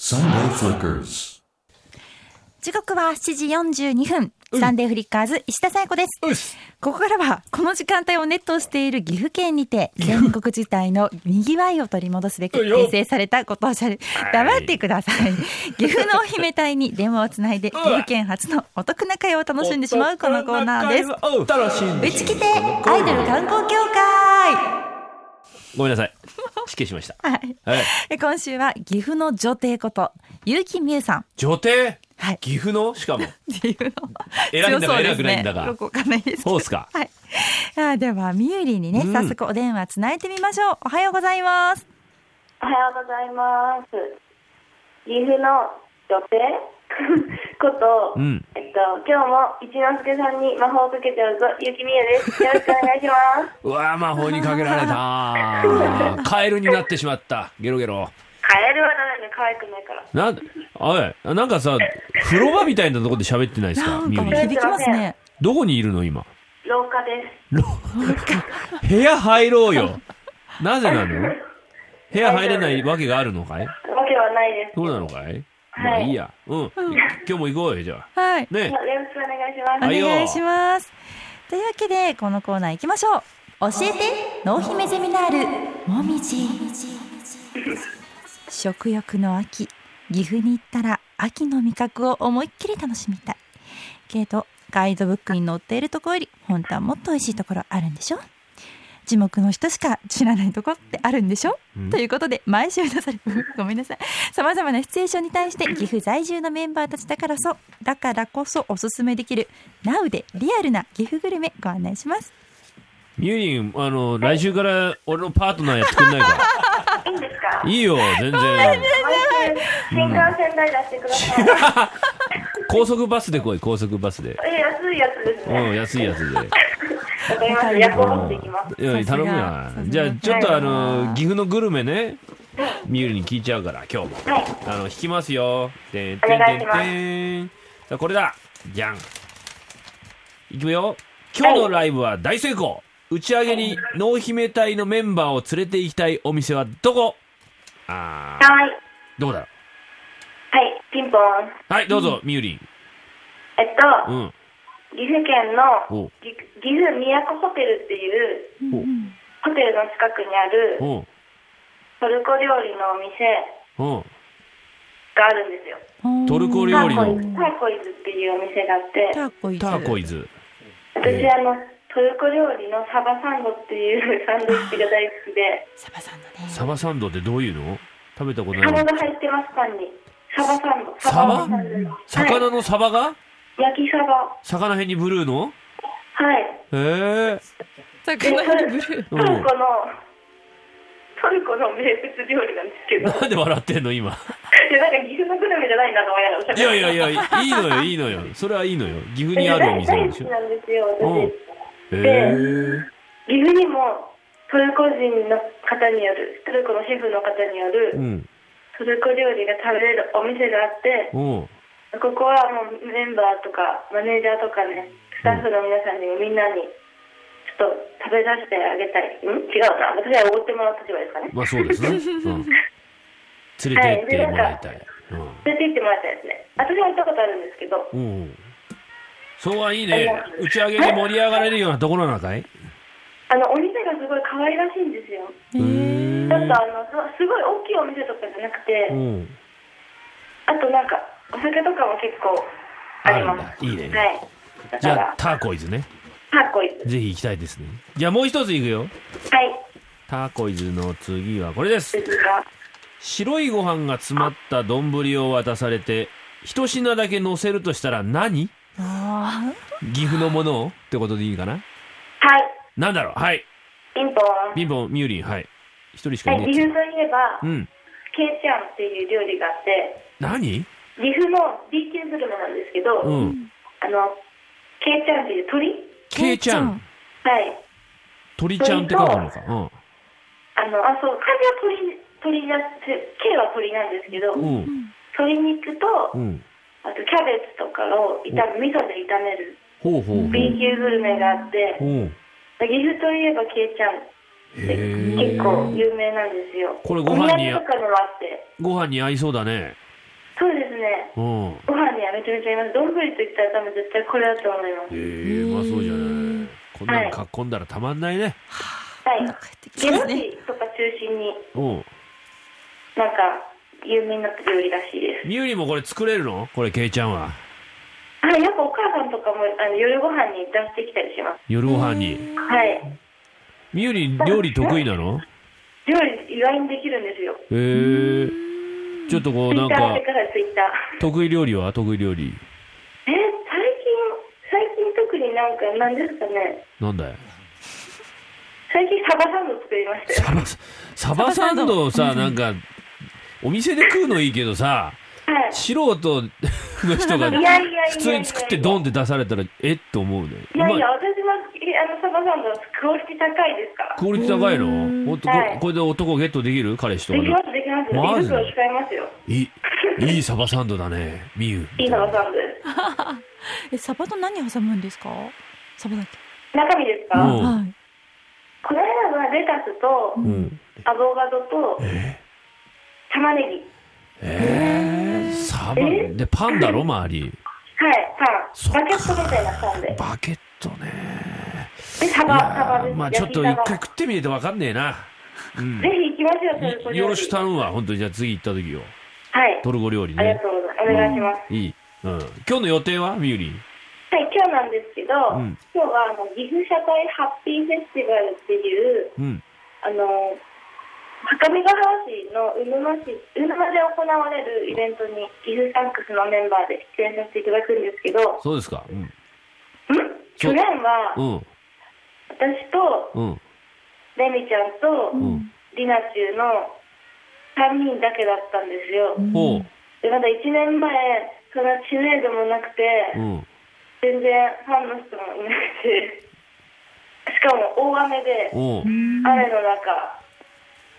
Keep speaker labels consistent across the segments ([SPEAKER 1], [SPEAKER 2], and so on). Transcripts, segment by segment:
[SPEAKER 1] Sunday Flickers.
[SPEAKER 2] 時刻は7時42分、サンデーフリッカーズ石田紗友子です、
[SPEAKER 3] うっす
[SPEAKER 2] ここからはこの時間帯をネットしている岐阜県にて全国自体のにぎわいを取り戻すべく
[SPEAKER 3] うよ
[SPEAKER 2] 訂正されたご当社で
[SPEAKER 3] はい
[SPEAKER 2] 黙ってください 岐阜のお姫隊に電話をつないで岐
[SPEAKER 3] わ
[SPEAKER 2] 阜県初のお得な会を楽しんでしまうこのコーナーです
[SPEAKER 3] お楽しん
[SPEAKER 2] う
[SPEAKER 3] で
[SPEAKER 2] ちきてアイドル観光協会
[SPEAKER 3] ごめんなさい失敬しました
[SPEAKER 2] はい
[SPEAKER 3] はい
[SPEAKER 2] え今週は岐阜の女帝こと結城美優さん
[SPEAKER 3] 女帝
[SPEAKER 2] はい
[SPEAKER 3] 岐阜のしかも
[SPEAKER 2] っていうの
[SPEAKER 3] 偉いん
[SPEAKER 2] 強そ
[SPEAKER 3] だか
[SPEAKER 2] うで
[SPEAKER 3] 偉
[SPEAKER 2] す
[SPEAKER 3] く
[SPEAKER 2] ね
[SPEAKER 3] ないんだか
[SPEAKER 2] よくわかんないですけど
[SPEAKER 3] そうっすか
[SPEAKER 2] はい。 あではみゆりんにね、
[SPEAKER 3] うん
[SPEAKER 2] 早速お電話つないでみましょう。おはようございます。
[SPEAKER 4] おはようございます。岐阜の女帝 こと、
[SPEAKER 3] うん
[SPEAKER 4] えっと、今日も一之輔さんに魔法をかけちゃうぞ、ゆきみゆです。よろしくお願いします。
[SPEAKER 3] うわあ魔法にかけられたカエルになってしまったゲロゲロ
[SPEAKER 4] カエルはならね、可愛くないから。
[SPEAKER 3] なんおいなんかさ風呂場みたいなとこで喋ってないです
[SPEAKER 2] な
[SPEAKER 3] か
[SPEAKER 2] ん
[SPEAKER 3] み
[SPEAKER 2] かも
[SPEAKER 3] ゆ
[SPEAKER 2] う
[SPEAKER 3] り
[SPEAKER 2] 響きますね。
[SPEAKER 3] どこにいるの今
[SPEAKER 4] 廊下です。
[SPEAKER 3] 部屋入ろうよなぜなの部屋入れないわけがあるのかい
[SPEAKER 4] わけはないです。
[SPEAKER 3] そうなのかいまあいいやうん今日も行こうよじゃあ
[SPEAKER 2] はい。
[SPEAKER 3] ね
[SPEAKER 4] よろしくお願いしま
[SPEAKER 2] お
[SPEAKER 4] す。
[SPEAKER 3] はいよ
[SPEAKER 2] 願いします。というわけでこのコーナー行きましょう。教えて濃姫ゼミナールもみじ。食欲の秋、岐阜に行ったら秋の味覚を思いっきり楽しみたい。けどガイドブックに載っているところより本当はもっと美味しいところあるんでしょ地元の人しか知らないとこってあるんでしょ、ということで毎週出される ごめんなさいさまざまなシチュエーションに対して岐阜在住のメンバーたちだからそだからこそおすすめできる NOW でリアルな岐阜グルメご案内します
[SPEAKER 3] ミュリン、あの、来週から俺のパートナーやってくんないか。
[SPEAKER 4] いいんですか
[SPEAKER 3] いいよ、全然。
[SPEAKER 4] 毎週、新幹線代出してください。
[SPEAKER 3] 高速バスで来い、高速バスで。
[SPEAKER 4] え、安いやつです
[SPEAKER 3] う
[SPEAKER 4] ね。
[SPEAKER 3] ん、安いやつで。
[SPEAKER 4] わかりました。夜行持ってきます。
[SPEAKER 3] うん、頼むな
[SPEAKER 2] さす。が
[SPEAKER 3] じゃあ、ちょっとあの、岐阜のグルメね、ミュリンに聞いちゃうから、今日も。
[SPEAKER 4] はい。
[SPEAKER 3] あの、弾きますよ。てん
[SPEAKER 4] お
[SPEAKER 3] てん
[SPEAKER 4] 願い
[SPEAKER 3] て
[SPEAKER 4] し
[SPEAKER 3] ん
[SPEAKER 4] ます
[SPEAKER 3] てん。さあ、これだ。じゃん。いくよ。今日のライブは大成功。打ち上げに、濃姫隊のメンバーを連れて行きたいお店はどこあー、
[SPEAKER 4] はい。
[SPEAKER 3] どうだろう
[SPEAKER 4] はい。ピンポン。
[SPEAKER 3] はい、どうぞ、みゆりん。
[SPEAKER 4] えっと、
[SPEAKER 3] うん。
[SPEAKER 4] 岐阜県の
[SPEAKER 3] お
[SPEAKER 4] ぎ岐阜都ホテルっていう
[SPEAKER 3] お
[SPEAKER 4] ホテルの近くにある
[SPEAKER 3] おう
[SPEAKER 4] トルコ料理のお店
[SPEAKER 3] おう
[SPEAKER 4] があるんですよ。
[SPEAKER 3] トルコ
[SPEAKER 4] タ
[SPEAKER 3] 料理
[SPEAKER 4] ーコイズ
[SPEAKER 3] の
[SPEAKER 4] ターコイズっていうお店があって、
[SPEAKER 2] ターコイズ
[SPEAKER 3] ターコイズ。
[SPEAKER 4] 私
[SPEAKER 3] ええ
[SPEAKER 4] あのトルコ料理のサバサンドっていう サンドイッチが大好きで、
[SPEAKER 2] サバさんのね
[SPEAKER 3] サバサンドってどういうの食べたこと
[SPEAKER 4] サ
[SPEAKER 3] な
[SPEAKER 4] バ
[SPEAKER 3] い。
[SPEAKER 4] が入ってますパンに。サバサンド。
[SPEAKER 3] サバ
[SPEAKER 4] のサンドです
[SPEAKER 3] 魚
[SPEAKER 4] はい、
[SPEAKER 3] のサバが
[SPEAKER 4] 焼きサバ。
[SPEAKER 3] 魚辺にブルーの
[SPEAKER 4] は
[SPEAKER 3] へ
[SPEAKER 4] い。
[SPEAKER 3] え。
[SPEAKER 4] で
[SPEAKER 2] 魚
[SPEAKER 4] ト
[SPEAKER 2] の
[SPEAKER 4] ル
[SPEAKER 2] ブルー
[SPEAKER 4] トルコのトルコの名物料理なんですけど、
[SPEAKER 3] なんで笑ってんの今。
[SPEAKER 4] でなんか岐阜のグルメじゃないなと思いながらおしゃ
[SPEAKER 3] い
[SPEAKER 4] べ
[SPEAKER 3] やい
[SPEAKER 4] り。
[SPEAKER 3] やいや、いいのよ、いいのよ。それはいいのよ。岐阜にあるお店なんでしょ
[SPEAKER 4] 大好き。なんですよ。私。
[SPEAKER 3] うんへえ。
[SPEAKER 4] 岐阜にもトルコ人の方によるトルコのシェフの方によ
[SPEAKER 3] う
[SPEAKER 4] る
[SPEAKER 3] ん。
[SPEAKER 4] トルコ料理が食べれるお店があって
[SPEAKER 3] おう
[SPEAKER 4] ここはもうメンバーとかマネージャーとかねスタッフの皆さんにもみんなにちょっと食べさせてあげたいん違うな私はおごってもらう立場ですかね
[SPEAKER 3] まあそうですね。うん。連れて行ってもらいたい。
[SPEAKER 4] 連れて行ってもらいたいですね私は行ったことあるんですけど
[SPEAKER 3] うん。おうそうはいいね。打ち上げで盛り上がれるようなところなのかい
[SPEAKER 4] あのお店がすごい可愛らしいんですよ
[SPEAKER 3] へえ
[SPEAKER 4] ちょっとあのすごい大きいお店とかじゃなくて
[SPEAKER 3] うん。
[SPEAKER 4] あとなんかお酒とかも結構あります
[SPEAKER 3] あるんだいいね
[SPEAKER 4] はいだ
[SPEAKER 3] じ
[SPEAKER 4] か
[SPEAKER 3] ゃあ
[SPEAKER 4] ら
[SPEAKER 3] ターコイズね。
[SPEAKER 4] ターコイズ
[SPEAKER 3] ぜひ行きたいですね。じゃあもう一つ行くよ。
[SPEAKER 4] はい
[SPEAKER 3] ターコイズの次はこれです。
[SPEAKER 4] 次が
[SPEAKER 3] 白いご飯が詰まった丼を渡されて、一品だけ乗せるとしたら何
[SPEAKER 2] あ
[SPEAKER 3] 岐阜のものをってことでいいかな
[SPEAKER 4] はい
[SPEAKER 3] なんだろうはい。
[SPEAKER 4] ピンポン
[SPEAKER 3] ビンボン、ミューリン、はい。一人しか
[SPEAKER 4] はい
[SPEAKER 3] ない
[SPEAKER 4] い岐阜といえば、
[SPEAKER 3] うん。
[SPEAKER 4] ケイちゃんっていう料理があって
[SPEAKER 3] 何
[SPEAKER 4] 岐阜の B 級グルメなんですけど、
[SPEAKER 3] うん。
[SPEAKER 4] あのケイちゃんっていう鳥
[SPEAKER 3] ケイちゃん。
[SPEAKER 4] はい
[SPEAKER 3] 鳥ちゃんって書くのか。
[SPEAKER 4] あのあそう漢字は鳥鳥だってケイは鳥なんですけど、
[SPEAKER 3] うん。うん。
[SPEAKER 4] 鶏肉と
[SPEAKER 3] うん。
[SPEAKER 4] あとキャベツとかを炒め味噌で炒める
[SPEAKER 3] ほうほうほう。
[SPEAKER 4] B 級グルメがあって、
[SPEAKER 3] ほう。
[SPEAKER 4] 岐阜といえばケイちゃんって
[SPEAKER 3] へ
[SPEAKER 4] 結構
[SPEAKER 3] え。
[SPEAKER 4] 有名なんですよ
[SPEAKER 3] これご飯に
[SPEAKER 4] お土産とかでもあって
[SPEAKER 3] ご飯に合いそうだね。うん。
[SPEAKER 4] ご飯にはめちゃめちゃいます。丼と言ったら多分絶対これだと思いま
[SPEAKER 3] ええー、うまそうじゃない。こんなの囲んだらたまんないね。
[SPEAKER 4] す。はい
[SPEAKER 2] お。腹減ってき
[SPEAKER 4] ゲ
[SPEAKER 2] ま
[SPEAKER 4] ロ
[SPEAKER 2] すね
[SPEAKER 4] シとか中心に
[SPEAKER 3] うん。
[SPEAKER 4] なんか有名になった料理らしいです。
[SPEAKER 3] みゆりもこれ作れるのこれ、けいちゃんは。
[SPEAKER 4] あ、やっぱお母さんとかもあの夜ご飯に出してきたりします。
[SPEAKER 3] 夜ご飯に。
[SPEAKER 4] はい。
[SPEAKER 3] みゆり、料理得意なの
[SPEAKER 4] 料理意外にできるんですよ。
[SPEAKER 3] ええー。ちょっとこう、
[SPEAKER 4] ツイ
[SPEAKER 3] なん
[SPEAKER 4] ッター
[SPEAKER 3] か
[SPEAKER 4] して、ください、ツイッター。
[SPEAKER 3] 得意料理は得意料理。
[SPEAKER 4] えー、最近、最近特になんか、なんですかね。
[SPEAKER 3] なんだよ。
[SPEAKER 4] 最近サバサンド作りましたよ。
[SPEAKER 3] サバ、サバサンドを
[SPEAKER 2] サバサ
[SPEAKER 3] さ、
[SPEAKER 2] ンド
[SPEAKER 3] なんか、お店で食うのいいけどさ、
[SPEAKER 4] はい。
[SPEAKER 3] 素人の人が
[SPEAKER 4] いやいやいやいや
[SPEAKER 3] 普通に作ってドンって出されたら、えって思うね。
[SPEAKER 4] いやい
[SPEAKER 3] ま
[SPEAKER 4] や、
[SPEAKER 3] あ
[SPEAKER 4] 私も、えあの、サバサンド、クオリティ高いですから。
[SPEAKER 3] クオリティ高いの
[SPEAKER 2] うん
[SPEAKER 3] ほんとこ
[SPEAKER 4] はい
[SPEAKER 3] これで男ゲットできる彼氏と
[SPEAKER 4] で
[SPEAKER 3] か
[SPEAKER 4] き
[SPEAKER 3] で
[SPEAKER 4] ます、できます。
[SPEAKER 3] マ
[SPEAKER 4] 胃
[SPEAKER 3] ジで
[SPEAKER 4] 袋使いますよ。
[SPEAKER 3] いい、いいサバサンドだね、みゆ。
[SPEAKER 4] いいサバサンドです。
[SPEAKER 2] えサバと何挟むんですかサバだっけ
[SPEAKER 4] 中身ですか、
[SPEAKER 3] うん
[SPEAKER 2] はい
[SPEAKER 4] この間はレタスと、
[SPEAKER 3] うん。
[SPEAKER 4] アボカドと、玉ねぎ。
[SPEAKER 3] えー、サバ、
[SPEAKER 4] え
[SPEAKER 3] で、パンだろ、周り。
[SPEAKER 4] はい、
[SPEAKER 3] そっ
[SPEAKER 4] パ
[SPEAKER 3] か
[SPEAKER 4] ン。バケットみたいなパンで。
[SPEAKER 3] バケットね。
[SPEAKER 4] で、サ
[SPEAKER 3] い
[SPEAKER 4] バ、サバ
[SPEAKER 3] や
[SPEAKER 4] で
[SPEAKER 3] ー
[SPEAKER 4] す。
[SPEAKER 3] まあちょっと一
[SPEAKER 4] 焼き
[SPEAKER 3] 回
[SPEAKER 4] サバ
[SPEAKER 3] 食ってみねえとわかんねえな。うん
[SPEAKER 4] ぜ。ひ行きましょう、トルコ料理。
[SPEAKER 3] よろしく頼むわ、本当に。じゃあ次行った時よ。
[SPEAKER 4] はい。
[SPEAKER 3] トルコ料理
[SPEAKER 4] あり
[SPEAKER 3] ね
[SPEAKER 4] が。とうございます。お願いします。
[SPEAKER 3] いい。うん。今日の予定はみゆり。
[SPEAKER 4] はい、今日なんですけど、
[SPEAKER 3] うん
[SPEAKER 4] 今日はあの岐阜社会ハッピーフェスティバルっていう、
[SPEAKER 3] うん。
[SPEAKER 4] あの、各務原市の鵜沼市、鵜沼で行われるイベントに岐阜サンクスのメンバーで出演させていただくんですけど、ん
[SPEAKER 3] そうですか。うん。そう
[SPEAKER 4] 去年は
[SPEAKER 3] う、ん。
[SPEAKER 4] 私と、
[SPEAKER 3] うん。
[SPEAKER 4] レミちゃんと、
[SPEAKER 3] うん。
[SPEAKER 4] リナチューの3人だけだったんですよ。
[SPEAKER 3] ほ
[SPEAKER 4] で、まだ1年前、そんな知名度もなくて、
[SPEAKER 3] う。うん。
[SPEAKER 4] 全然ファンの人もいなくて、しかも大雨で、
[SPEAKER 3] お
[SPEAKER 2] う。
[SPEAKER 3] う
[SPEAKER 2] ん
[SPEAKER 4] 雨の中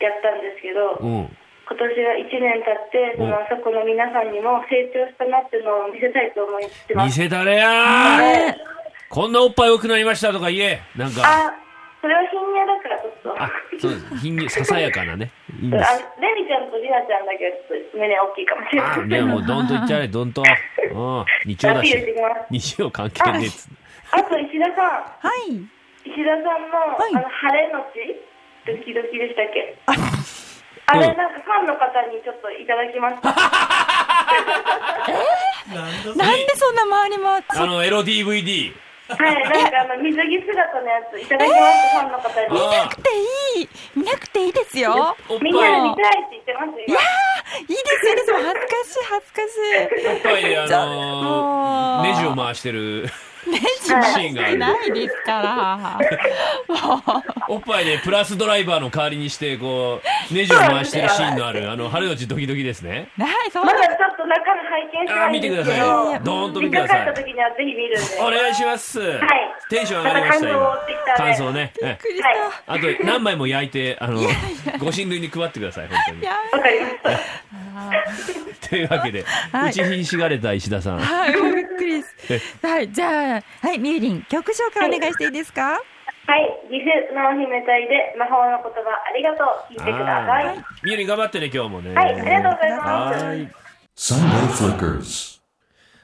[SPEAKER 4] やったんですけど、
[SPEAKER 3] うん。
[SPEAKER 4] 今年は1年経って、そのあそこの皆さんにも成長したなっていうのを見せたいと思ってま
[SPEAKER 3] 見
[SPEAKER 4] す。
[SPEAKER 3] せたれやー
[SPEAKER 2] ね
[SPEAKER 3] こんなおっぱい多くなりましたとか言え。なんか。
[SPEAKER 4] あ、それは貧乳だからちょっと。
[SPEAKER 3] あ、そうです。ひんげささやかなね。いいん
[SPEAKER 4] あ
[SPEAKER 3] です。
[SPEAKER 4] レミちゃんとリナちゃんだけはちょっと胸大きいかもしれ
[SPEAKER 3] あ、
[SPEAKER 4] ない。
[SPEAKER 3] でもうどんと言っちゃえ、どんと。うん。日曜
[SPEAKER 4] ア
[SPEAKER 3] だ
[SPEAKER 4] ピー
[SPEAKER 3] し
[SPEAKER 4] ルし。てきます。
[SPEAKER 3] 日曜関係ねえっつ。
[SPEAKER 4] あと石田さん、
[SPEAKER 2] はい
[SPEAKER 4] 石田さんの、
[SPEAKER 2] はい
[SPEAKER 4] あの晴れのちドキドキでしたっけ
[SPEAKER 2] あ
[SPEAKER 4] あれ
[SPEAKER 3] う
[SPEAKER 4] なんんかファンの方にちょっといただき ました。
[SPEAKER 2] なんでそんな周りも
[SPEAKER 3] あの、エロ DVD。
[SPEAKER 4] はい、なんかあの水着姿のやついただきました、ファンの方に。
[SPEAKER 2] 見な
[SPEAKER 3] あ
[SPEAKER 2] くていい見なくていいですよ
[SPEAKER 3] おっ
[SPEAKER 4] みん
[SPEAKER 3] ぱい
[SPEAKER 4] な、見たいって言ってますよ。
[SPEAKER 2] いいですよいいですよ恥ずかしい恥ずか
[SPEAKER 3] おっぱいで、あの
[SPEAKER 2] ちょ
[SPEAKER 3] ー、ネジを回してる。
[SPEAKER 2] しいネジ
[SPEAKER 3] シーンがある
[SPEAKER 2] ないです から
[SPEAKER 3] おっぱいでプラスドライバーの代わりにして、こう、ネジを回してるシーンのある、あの、晴れのちドキドキですね。
[SPEAKER 2] ないそん
[SPEAKER 4] ま
[SPEAKER 2] な
[SPEAKER 4] だちょっと中身拝見しないんですけ
[SPEAKER 3] あ
[SPEAKER 2] ー見てください
[SPEAKER 4] ど、
[SPEAKER 3] どーんと見て
[SPEAKER 4] か
[SPEAKER 3] ください
[SPEAKER 4] かった時にはぜひ見るんで。
[SPEAKER 3] お願いします。はいテンション上がりました、今
[SPEAKER 4] また。
[SPEAKER 3] 感
[SPEAKER 4] 感
[SPEAKER 3] 想
[SPEAKER 4] 想
[SPEAKER 3] ね。
[SPEAKER 2] び
[SPEAKER 3] え
[SPEAKER 2] っくりし
[SPEAKER 4] はい
[SPEAKER 2] た
[SPEAKER 3] あと、何枚も焼いて、あの、ご親類に配ってください、本当に。
[SPEAKER 2] や
[SPEAKER 4] わかりました。
[SPEAKER 3] というわけで、
[SPEAKER 2] はい
[SPEAKER 3] 打ちひしがれた石田さん。
[SPEAKER 2] ばはいもうびっくりですはいじゃあはいみゆりん曲紹介お願いしていいですか
[SPEAKER 4] はい、岐阜のお姫隊で魔法の言葉ありがとう聞いてください。
[SPEAKER 3] あーみゆり頑張ってね、今日もね。
[SPEAKER 4] はい、ありがとうござい
[SPEAKER 2] は
[SPEAKER 4] ます。
[SPEAKER 3] はい。
[SPEAKER 1] Sunday Flickers.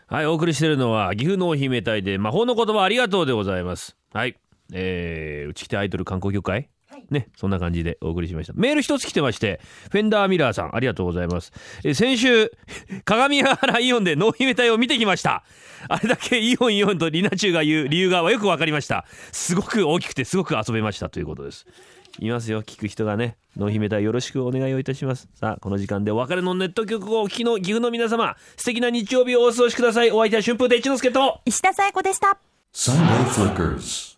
[SPEAKER 3] はい、お送りしてるのは、岐阜のお姫隊で魔法の言葉ありがとうでございます。はい。えー、うちきてアイドル観光協会、ね、そんな感じでお送りしました。メール一つ来てまして、フェンダーミラーさん、ありがとうございます。えー先週、 鏡原イオンで濃姫隊を見てきました。あれだけイオンイオンとリナチュウが言う理由がよくわかりました。すごく大きくて、すごく遊べましたということです。いますよ、聞く人がね。濃姫隊よろしくお願いをいたします。さあ、この時間でお別れのネット曲をお聴きの岐阜の皆様、素敵な日曜日をお過ごしください。お相手は春風亭一之輔と、
[SPEAKER 2] 石田紗友子でした
[SPEAKER 1] Sunday Flickers.